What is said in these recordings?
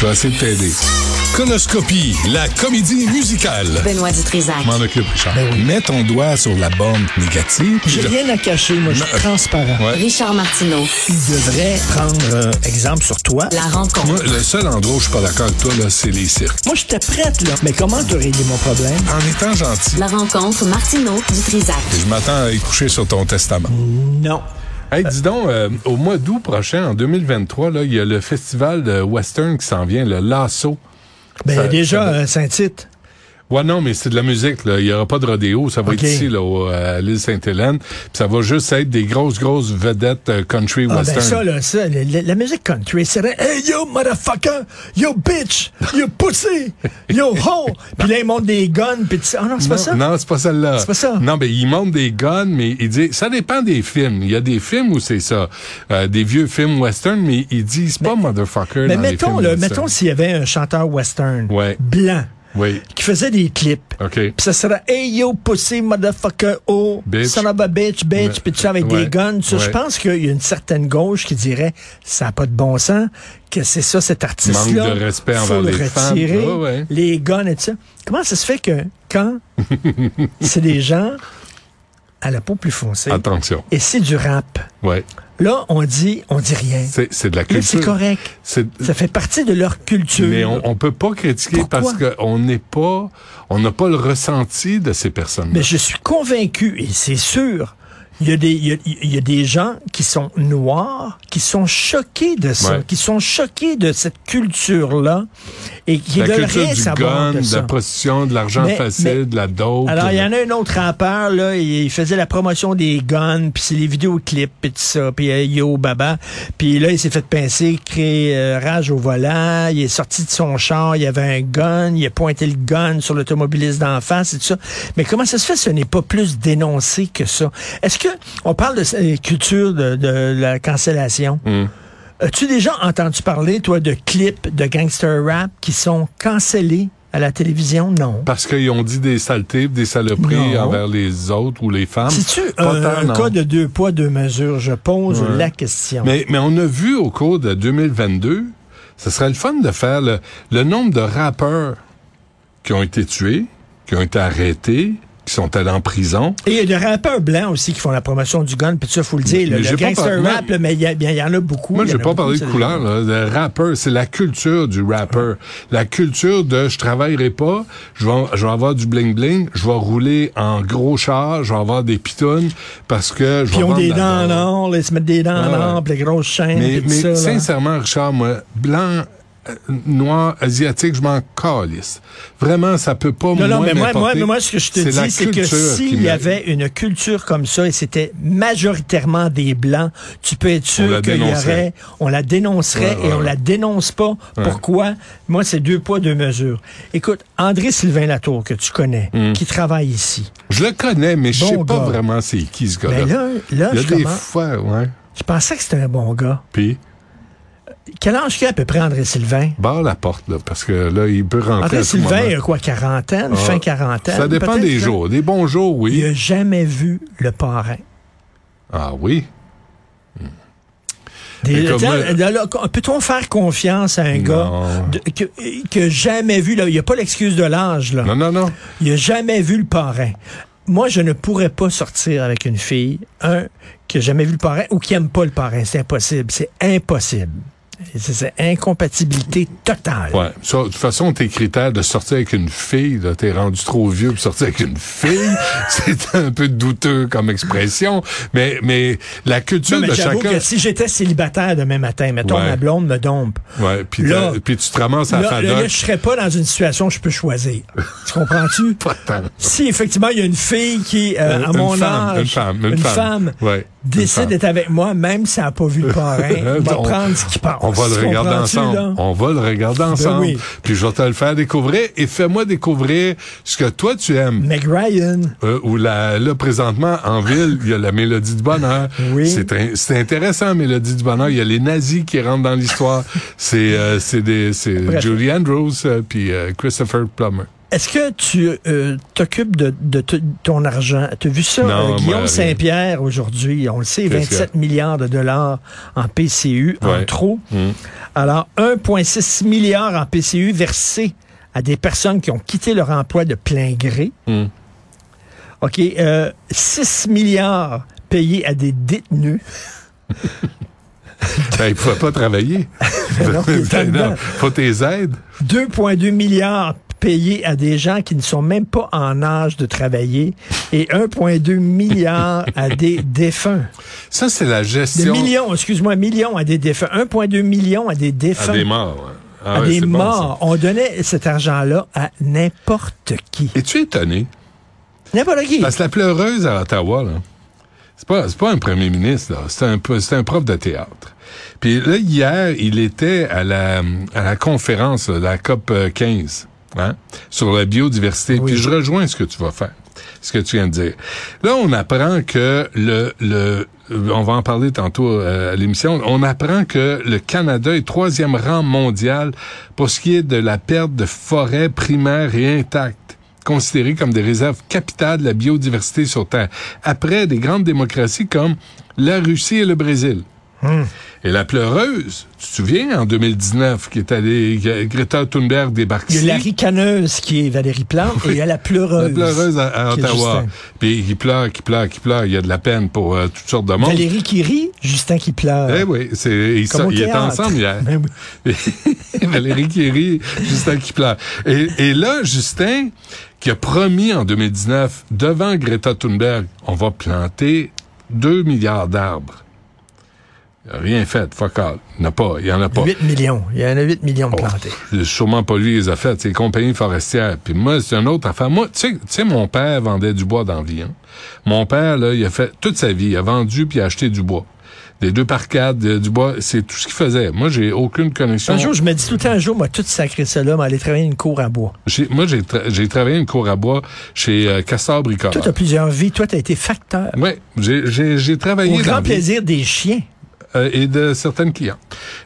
Je vais essayer de t'aider. Conoscopie, la comédie musicale. Benoît Dutrisac. Je m'en occupe, Richard. Ben Mets ton doigt sur la bande négative. J'ai Je- rien à cacher, moi, je suis euh, Non. transparent. Ouais. Richard Martineau. Il devrait prendre euh, exemple sur toi. La rencontre. Moi, le seul endroit où je suis pas d'accord avec toi, là, c'est les cirques. Moi, j'étais prête, là. Mais comment t'as réglé mon problème? En étant gentil, La rencontre Martineau du Trisac. je m'attends à y coucher sur ton testament. Non. Hey, dis donc, euh, au mois d'août prochain, en 2023, là, il y a le festival de western qui s'en vient, le Lasso. Ben, Ça- déjà, euh, Saint-Tite. Ouais, non, mais c'est de la musique, là. Il n'y aura pas de rodéo. Ça va être Ok. ici, là, au, euh, à l'île Sainte-Hélène. Puis ça va juste être des grosses, grosses vedettes euh, country Ah, ben, western. ça, là, ça, le- le- la musique country, c'est vrai. Hey, yo, motherfucker! Yo, bitch! Yo, pussy! Yo, ho! Puis là, ils montent des guns, puis tu sais. Ah non, c'est non, pas ça? non, c'est pas celle-là. C'est pas ça. Non, mais ils montent des guns, mais ils disent... Ça dépend des films. Il y a des films où c'est ça. Euh, des vieux films western, mais ils disent pas motherfucker Mais dans mettons, les là, films western. mettons s'il y avait un chanteur western Ouais. blanc Oui, qui faisait des clips. OK. Puis ça serait Hey yo, pussy, motherfucker, oh, Bitch. son of a bitch, bitch, Ouais. puis tout ça avec des Ouais. guns. Ça, Je Ouais. pense qu'il y a une certaine gauche qui dirait ça n'a pas de bon sens, que c'est ça cet artiste-là. Manque de respect faut envers le les femmes. retirer, Ouais, ouais. les guns et tout ça. Comment ça se fait que quand c'est des gens à la peau plus foncée attention. et c'est du rap, Ouais. là, on dit, on dit rien. C'est c'est de la Là, culture. c'est correct. C'est- Ça fait partie de leur culture. Mais on, on peut pas critiquer Pourquoi? parce qu'on n'est pas, on n'a pas le ressenti de ces personnes. Mais je suis convaincu, et c'est sûr, il y, a des, il, y a, il y a des gens qui sont noirs, qui sont choqués de ça, Ouais. qui sont choqués de cette culture-là, et qui la veulent culture rien du gun, de, savoir de la ça. prostitution, de l'argent Mais- facile, mais- de la dope. Alors, il y en a un autre rappeur, là, il faisait la promotion des guns, puis c'est les vidéoclips, puis tout ça, puis euh, yo, baba. Puis là, il s'est fait pincer, créer euh, rage au volant, il est sorti de son char, il y avait un gun, il a pointé le gun sur l'automobiliste d'en face et tout ça. Mais comment ça se fait, ce n'est pas plus dénoncé que ça? Est-ce que on parle de cette culture de, de la cancellation? As-tu déjà entendu parler, toi, de clips de gangster rap qui sont cancellés à la télévision? Non. Parce qu'ils ont dit des saletés, des saloperies Non. envers les autres ou les femmes. Si tu Ah, Pas un, tant, euh, un non. cas de deux poids, deux mesures, je pose la question. Mais, mais on a vu au cours de 2022, ce serait le fun de faire le, le nombre de rappeurs qui ont été tués, qui ont été arrêtés, qui sont allés en prison. Et il y a des rappeurs blancs aussi qui font la promotion du gun, puis ça, faut le dire, Mais là, le j'ai pas gangster par- moi- rap, là, mais il y, a- bien, il y en a beaucoup. Moi, il y je en vais pas a beaucoup, parler de ça, couleur, là, de rappeur. C'est la culture du rappeur. La culture de je travaillerai pas, je vais, je vais avoir du bling-bling, je vais rouler en gros char, je vais avoir des pitounes parce que je Puis vais ils ont vendre des la dents en drogue. or, là, ils se mettent des dents Ah, Ouais, en or, ouais. puis les grosses chaînes, Mais, puis tout mais ça. là. sincèrement, Richard, moi, blanc, euh, noir, asiatique, je m'en calisse. Vraiment, ça peut pas Non, non, mais moi, moi, m'importer. mais moi, ce que je te C'est la dis, c'est que culture qui s'il y me- avait une culture comme ça et c'était majoritairement des Blancs, tu peux être On sûr la qu'il y dénoncerait. aurait, on la dénoncerait Ouais, ouais, et on ouais. la dénonce pas. Pourquoi? Moi, c'est deux poids, deux mesures. Écoute, André-Sylvain Latour, que tu connais, Hmm. qui travaille ici. Je le connais, mais je sais Bon pas gars. vraiment c'est qui ce gars-là. Mais là, là, Il y a je des commence- fois, ouais. Je pensais que c'était un bon gars. Puis, Quel âge qu'il a à peu près, André-Sylvain? barre la porte, là, parce que là, il peut rentrer à tout moment. André-Sylvain a quoi, quarantaine, Ah, fin quarantaine? Ça dépend euh, peut-être, des là? jours. Des bons jours, Il oui. n'a jamais vu le parrain. Ah oui. Des- Mais comme, tiens, euh, là, là, qu- Peut-on faire confiance à un gars de- que, que jamais vu, là, il n'y a pas l'excuse de l'âge, là. Non, non, non. il n'a jamais vu le parrain. Moi, je ne pourrais pas sortir avec une fille, un, qui n'a jamais vu le parrain ou qui n'aime pas le parrain. C'est impossible. C'est impossible. C'est ça, incompatibilité totale. Ouais. Ça, de toute façon, tes critères de sortir avec une fille, là, t'es rendu trop vieux pour sortir avec une fille. c'est un peu douteux comme expression. Mais, mais la culture Non, mais de j'avoue ben, chacun. que si j'étais célibataire demain matin, mettons, Ouais. ma blonde me dompe. Ouais, puis, Là- t'as- puis tu te ramasses à la Là, là, là, fadoc. je serais pas dans une situation où je peux choisir. Tu comprends-tu? Pas tant. Si effectivement il y a une fille qui, euh, à Une mon femme, âge, une femme, une femme. Ouais, une décide femme. d'être avec moi, même si elle n'a pas vu le parrain, on va On- prendre ce qui passe. On va le Tu regarder comprends-tu, ensemble. là? Ben On va le regarder ensemble. oui. Puis je vais te le faire découvrir et fais-moi découvrir ce que toi tu aimes. Meg Ryan. Euh, ou la, là, présentement, en ville, il y a la Mélodie du Bonheur. Oui. C'est in- C'est intéressant, Mélodie du Bonheur. Il y a les nazis qui rentrent dans l'histoire. c'est euh, c'est des- c'est Bref. Julie Andrews euh, puis euh, Christopher Plummer. Est-ce que tu euh, t'occupes de, de t- ton argent? T'as vu ça? euh, Non, moi, Guillaume rien. Saint-Pierre, aujourd'hui, on le sait, Qu'est-ce qu'il y a? 27 milliards de dollars en PCU, en Ouais. Hmm. trop. Alors, 1,6 milliard en PCU versés à des personnes qui ont quitté leur emploi de plein gré. Hmm. OK. euh, 6 milliards payés à des détenus. Ben, il pouvait pas travailler. Non, il est Ben dedans. non, faut tes aides. 2,2 milliards payés à des gens qui ne sont même pas en âge de travailler et 1,2 milliard à des défunts. Ça, c'est la Des gestion millions, excuse-moi, millions à des défunts. 1,2 million à des à défunts. des morts. ouais. Ah À ouais, des c'est bon, ça. morts. On donnait cet argent-là à n'importe qui. Es-tu étonné? N'importe qui. Parce que la pleureuse à Ottawa, là, c'est pas, c'est pas un premier ministre, là. C'est un, peu- c'est un prof de théâtre. Puis là, hier, il était à la, à la conférence, là, de la COP 15, hein, sur la biodiversité. Puis je rejoins ce que tu vas faire, ce que tu viens de dire. Là, on apprend que le, le, on va en parler tantôt euh, à l'émission. On apprend que le Canada est troisième rang mondial pour ce qui est de la perte de forêts primaires et intactes considérés comme des réserves capitales de la biodiversité sur Terre, après des grandes démocraties comme la Russie et le Brésil. Hmm. Et la pleureuse, tu te souviens, en 2019, qui est allée, que Greta Thunberg débarque Il y a ici, la ricaneuse qui est Valérie Plante et il y a la pleureuse. la pleureuse à, à Ah, qui est Ottawa. Justin. Puis qui pleure, qui pleure, qui pleure. Il y a de la peine pour euh, toutes sortes de monde. Valérie qui rit, Justin qui pleure. Eh oui, c'est, ils, Comme sont- au ils étaient théâtre. ensemble hier. Ben oui. Valérie qui rit, Justin qui pleure. Et, et là, Justin, qui a promis en 2019, devant Greta Thunberg, on va planter 2 milliards d'arbres. Il a Rien fait, fuck all. Il n'y en a pas, il y en a pas. 8 millions. Il y en a 8 millions Oh. de plantés. Sûrement pas lui les a faites, c'est les compagnies forestières. Puis moi, c'est une autre affaire. Moi, tu sais- tu sais, mon père vendait du bois dans la vie. hein. Mon père, là, il a fait toute sa vie, il a vendu puis acheté du bois. Des deux parcades, euh, du bois, c'est tout ce qu'il faisait. Moi, j'ai aucune connexion. Un jour, je me dis tout le temps, un jour, moi, tout sacré ça là, m'aller travailler une cour à bois. J'ai- moi, j'ai tra- j'ai travaillé une cour à bois chez euh, Castor Toi, Bricoleur. t'as plusieurs vies. Toi, t'as été facteur. Oui, j'ai- j'ai j'ai travaillé Au dans la grand vie, plaisir des chiens. euh, et de certaines clientes.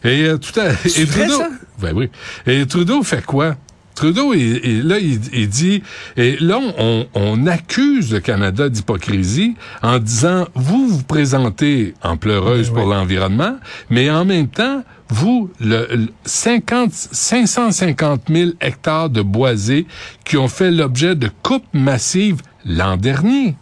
Et euh, tout à et vrai, Trudeau, ça? ben oui. Et Trudeau fait quoi Trudeau, il- il- là, il, il dit, et là, on, on accuse le Canada d'hypocrisie en disant, vous vous présentez en pleureuse Ben pour l'environnement, mais en même temps, vous, le, le 50, 550 000 hectares de boisés qui ont fait l'objet de coupes massives l'an dernier.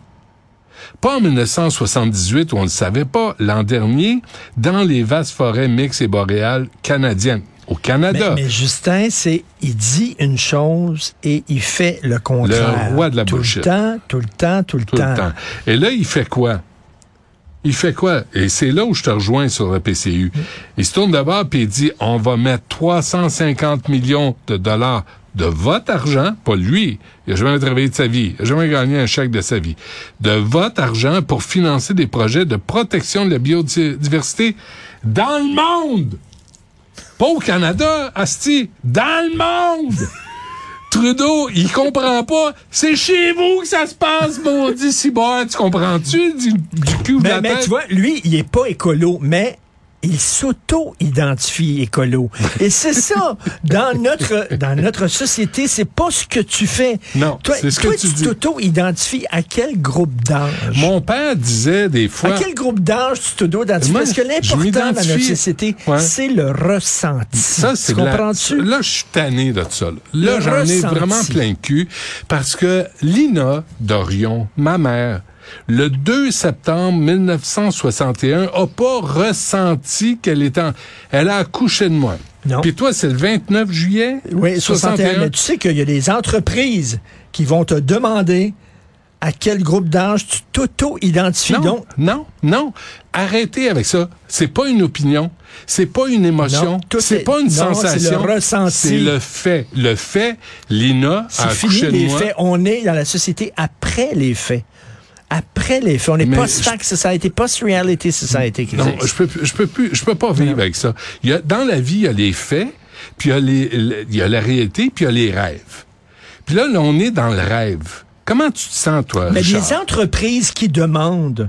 Pas en 1978, où on ne le savait pas, l'an dernier, dans les vastes forêts mixtes et boréales canadiennes, au Mais, Canada. Ben, mais Justin, c'est, il dit une chose et il fait le contraire. Le roi de la tout bullshit. le temps, tout le temps, tout le tout temps. le temps. Et là, il fait quoi? Il fait quoi? Et c'est là où je te rejoins sur le PCU. Il se tourne d'abord puis il dit, on va mettre 350 millions de dollars de votre argent, pas lui, il a jamais travaillé de sa vie, il a jamais gagné un chèque de sa vie, de votre argent pour financer des projets de protection de la biodiversité dans le monde! Pas au Canada, Asti, dans le monde! Trudeau, il comprend pas. C'est chez vous que ça se passe, maudit cibor. Tu comprends-tu du, du cul de Mais, la mais tête? tu vois, lui, il est pas écolo, mais il s'auto-identifie écolo. Et c'est ça, dans notre dans notre société, c'est pas ce que tu fais. Non, toi, c'est ce toi, que tu tu dis. t'auto-identifies à quel groupe d'âge? Mon père disait des À fois... quel groupe d'âge tu t'auto-identifies? Moi, Parce que je l'important dans notre m'identifie- société, Ouais. c'est le ressenti. Ça, c'est tu de la- comprends-tu? Là, je suis tanné de ça. là. Là, Le j'en ai ressenti. vraiment plein le cul parce que Lina Dorion, ma mère, le 2 septembre 1961, a pas ressenti qu'elle est en... Elle a accouché de moi. Non. Puis toi, c'est le 29 juillet? Oui, 61. Mais tu sais qu'il y a des entreprises qui vont te demander à quel groupe d'âge tu t'auto-identifies. Non, Donc, non, non. Arrêtez avec ça. C'est pas une opinion. C'est pas une émotion. Non, tout C'est est- pas une non, c'est le sensation. ressenti. C'est le fait. Le fait, Lina a c'est fini accouché de les moi. faits. On est dans la société après les faits. Après les faits. On est Mais post-fact society, post-reality society. qui Non, existe. je peux, plus- je peux plus, je peux pas vivre avec ça. Il y a, dans la vie, il y a les faits, puis il y a les, le- il y a la réalité, puis il y a les rêves. Puis là, là, on est dans le rêve. Comment tu te sens, toi, Mais Richard? les entreprises qui demandent,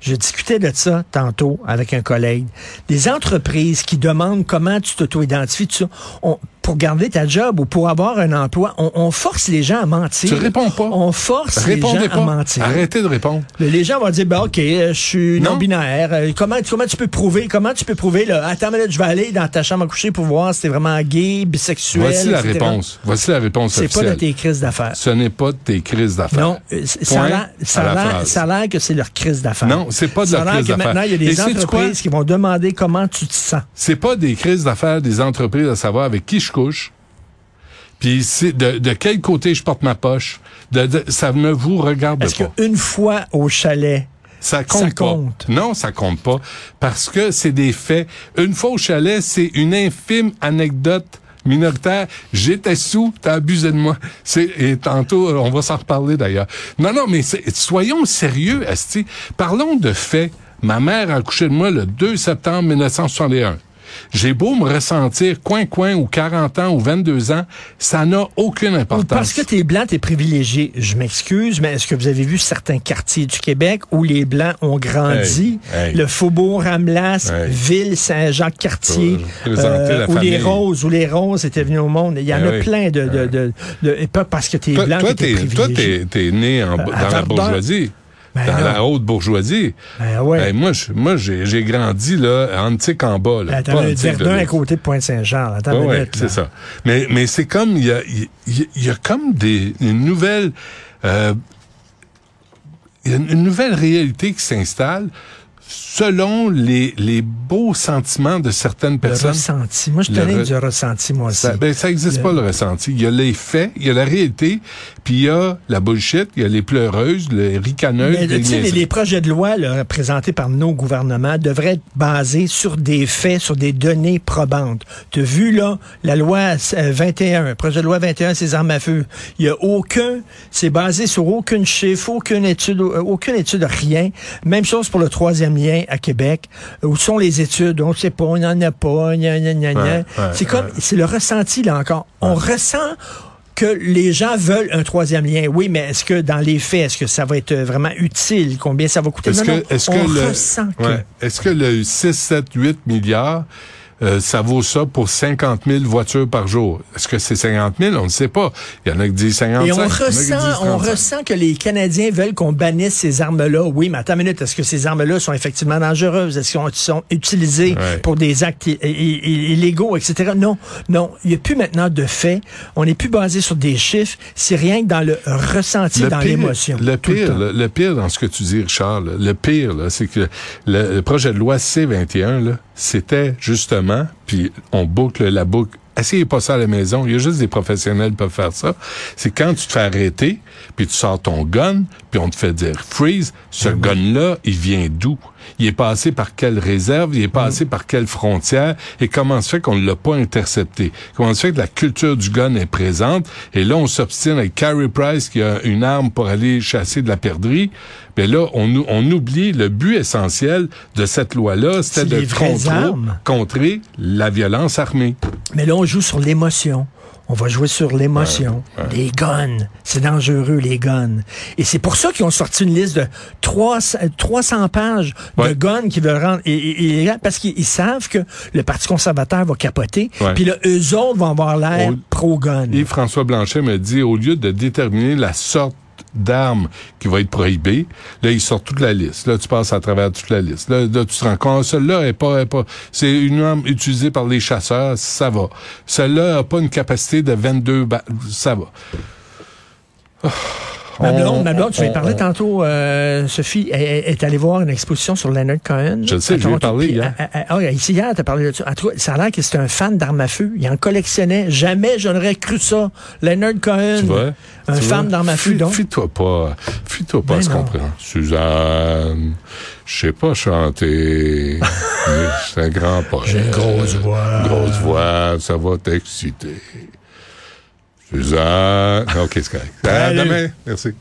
je discutais de ça tantôt avec un collègue, des entreprises qui demandent comment tu t'auto-identifies, tu- on- pour garder ta job ou pour avoir un emploi, on, on force les gens à mentir. Tu réponds pas. On force les Répondez gens à pas. mentir. Arrêtez de répondre. Mais Les gens vont dire, ben, OK, euh, je suis Non. non-binaire. Euh, Comment, comment tu peux prouver, comment tu peux prouver, là, attends, mais là, je vais aller dans ta chambre à coucher pour voir si t'es vraiment gay, bisexuel. Voici la etc. réponse. Voici la réponse C'est pas officielle. de tes crises d'affaires. Ce n'est pas de tes crises d'affaires. Non, euh, c- ça a Point l'air- ça à a la l'air phrase. ça a l'air que c'est leur crise d'affaires. Non, c'est pas de Ça a leur l'air crise que d'affaires. maintenant, il y a Et des sais-tu quoi? entreprises qui vont demander comment tu te sens. C'est pas des crises d'affaires des entreprises à savoir avec qui je couche. Puis c'est de, de quel côté je porte ma poche. De, de- ça ne vous regarde Est-ce pas. qu'une fois au chalet, Ça compte ça pas. compte? Non, ça compte pas. Parce que c'est des faits. Une fois au chalet, c'est une infime anecdote minoritaire. J'étais sous, t'as abusé de moi. C'est, et tantôt, euh, on va s'en reparler d'ailleurs. Non, non, mais c'est- soyons sérieux, Asti. Parlons de faits. Ma mère a accouché de moi le 2 septembre 1961. J'ai beau me ressentir coin-coin ou 40 ans ou 22 ans, ça n'a aucune ou importance. parce que t'es blanc, t'es privilégié, je m'excuse, mais est-ce que vous avez vu certains quartiers du Québec où les blancs ont grandi? Hey, hey. Le Faubourg Ramelas, Hey. Ville Saint-Jacques-Cartier, Je vais présenter la où les famille. roses, où les roses étaient venues au monde. Il y en Eh a oui. plein de, de, de, de- et pas parce que t'es Toi, blanc toi, que t'es t'es, toi, privilégié. t'es- t'es né en- dans la Verdun. bourgeoisie. Ben dans non. la haute bourgeoisie. Ben ouais. Ben moi, je- moi j'ai, j'ai grandi là, antique en bas. Là, Attends, pas Ben, le antique de Verdun l'autre. à côté de Pointe-Saint-Jean. Attends Ouais, une ouais, minute, là. c'est ça. Mais, mais c'est comme, il y a, il y- il y a comme des, une nouvelle, euh, il y a une une nouvelle réalité qui s'installe selon les, les beaux sentiments de certaines Le personnes. ressenti. Moi, je Le tenais re- du ressenti, moi aussi. Ça, ben, ça existe Le- pas le ressenti. Il y a les faits, il y a la réalité, puis il y a la bullshit, il y a les pleureuses, les ricaneuses, Mais, les tu sais, les, niaiseries. les projets de loi là, présentés par nos gouvernements devraient être basés sur des faits, sur des données probantes. Tu as vu, là, la loi euh, 21, projet de loi 21, ces armes à feu. Il n'y a aucun, c'est basé sur aucune chiffre, aucune étude, euh, aucune étude, rien. Même chose pour le troisième lien à Québec. Où sont les études? On ne sait pas, on n'en a pas, gna, gna, gna, gna. Ouais, ouais, C'est comme, c'est le ressenti, là encore. On ressent que les gens veulent un troisième lien. Oui, mais est-ce que dans les faits, est-ce que ça va être euh, vraiment utile? Combien ça va coûter? Est-ce Non, non, que, est-ce on que le, ressent que... ouais. est-ce que le 6, 7, 8 milliards, euh, ça vaut ça pour 50 000 voitures par jour? Est-ce que c'est 50 000? On ne sait pas. Il y en a qui disent 55. Et il y en on a qui disent ressent, on 35. ressent que les Canadiens veulent qu'on bannisse ces armes-là. Oui, mais attends une minute, est-ce que ces armes-là sont effectivement dangereuses? Est-ce qu'elles sont utilisées Ouais. pour des actes i- i- i- illégaux, etc.? Non, non, il n'y a plus maintenant de faits. On n'est plus basé sur des chiffres. C'est rien que dans le ressenti, dans pire- l'émotion. Le tout le pire, temps. le, le pire dans ce que tu dis, Richard, là, le pire, là, c'est que le, le projet de loi C-21, là, c'était justement, puis on boucle la boucle. Essayez pas ça à la maison. Il y a juste des professionnels qui peuvent faire ça. C'est quand tu te fais arrêter, puis tu sors ton gun, puis on te fait dire freeze. Ce Ben gun-là, il vient d'où? Il est passé par quelle réserve? Il est passé par quelle frontière? Et comment se fait qu'on ne l'a pas intercepté? Comment se fait que la culture du gun est présente? Et là, on s'obstine avec Carrie Price qui a une arme pour aller chasser de la perdrix. Mais là, on, ou- on oublie le but essentiel de cette loi-là, C'est c'était de les vraies contrô- armes. contrer la violence armée. Mais là, on joue sur l'émotion. On va jouer sur l'émotion. Les guns. C'est dangereux, les guns. Et c'est pour ça qu'ils ont sorti une liste de 300, 300 pages de Ouais. guns qu'ils veulent rendre. Et, et- et- parce qu'ils ils savent que le Parti conservateur va capoter. Ouais. Puis là, eux autres vont avoir l'air On- pro-gun. Et François Blanchet me dit, au lieu de déterminer la sorte d'armes qui va être prohibée, là, il sort toute la liste. Là, tu passes à travers toute la liste. Là, là, tu te rends compte, celle-là est pas, est pas, c'est une arme utilisée par les chasseurs, ça va. Celle-là a pas une capacité de 22 balles, ça va. Ah, Ma blonde, On- ma blonde, tu on- lui parlais tantôt, euh, Sophie, elle- elle est allée voir une exposition sur Leonard Cohen. Je le sais, à je lui ai Toronto, parlé hein. puis hier. elle- elle- elle- ouais, ici, hier, t'as parlé de ça. Elle trouve- Ça a l'air que c'est un fan d'armes à feu. Il en collectionnait. Jamais je n'aurais cru ça. Leonard Cohen. Tu vois? Mm. Un Tu fan vois? d'armes à feu, Fuis- donc. Fuis-toi pas. Fuis-toi pas, Ben je non. comprends. Suzanne, je sais pas chanter. mais je suis un grand poète. J'ai une grosse voix. Grosse voix, ça va t'exciter. Suzanne. OK, c'est correct. À Salut. demain. Merci.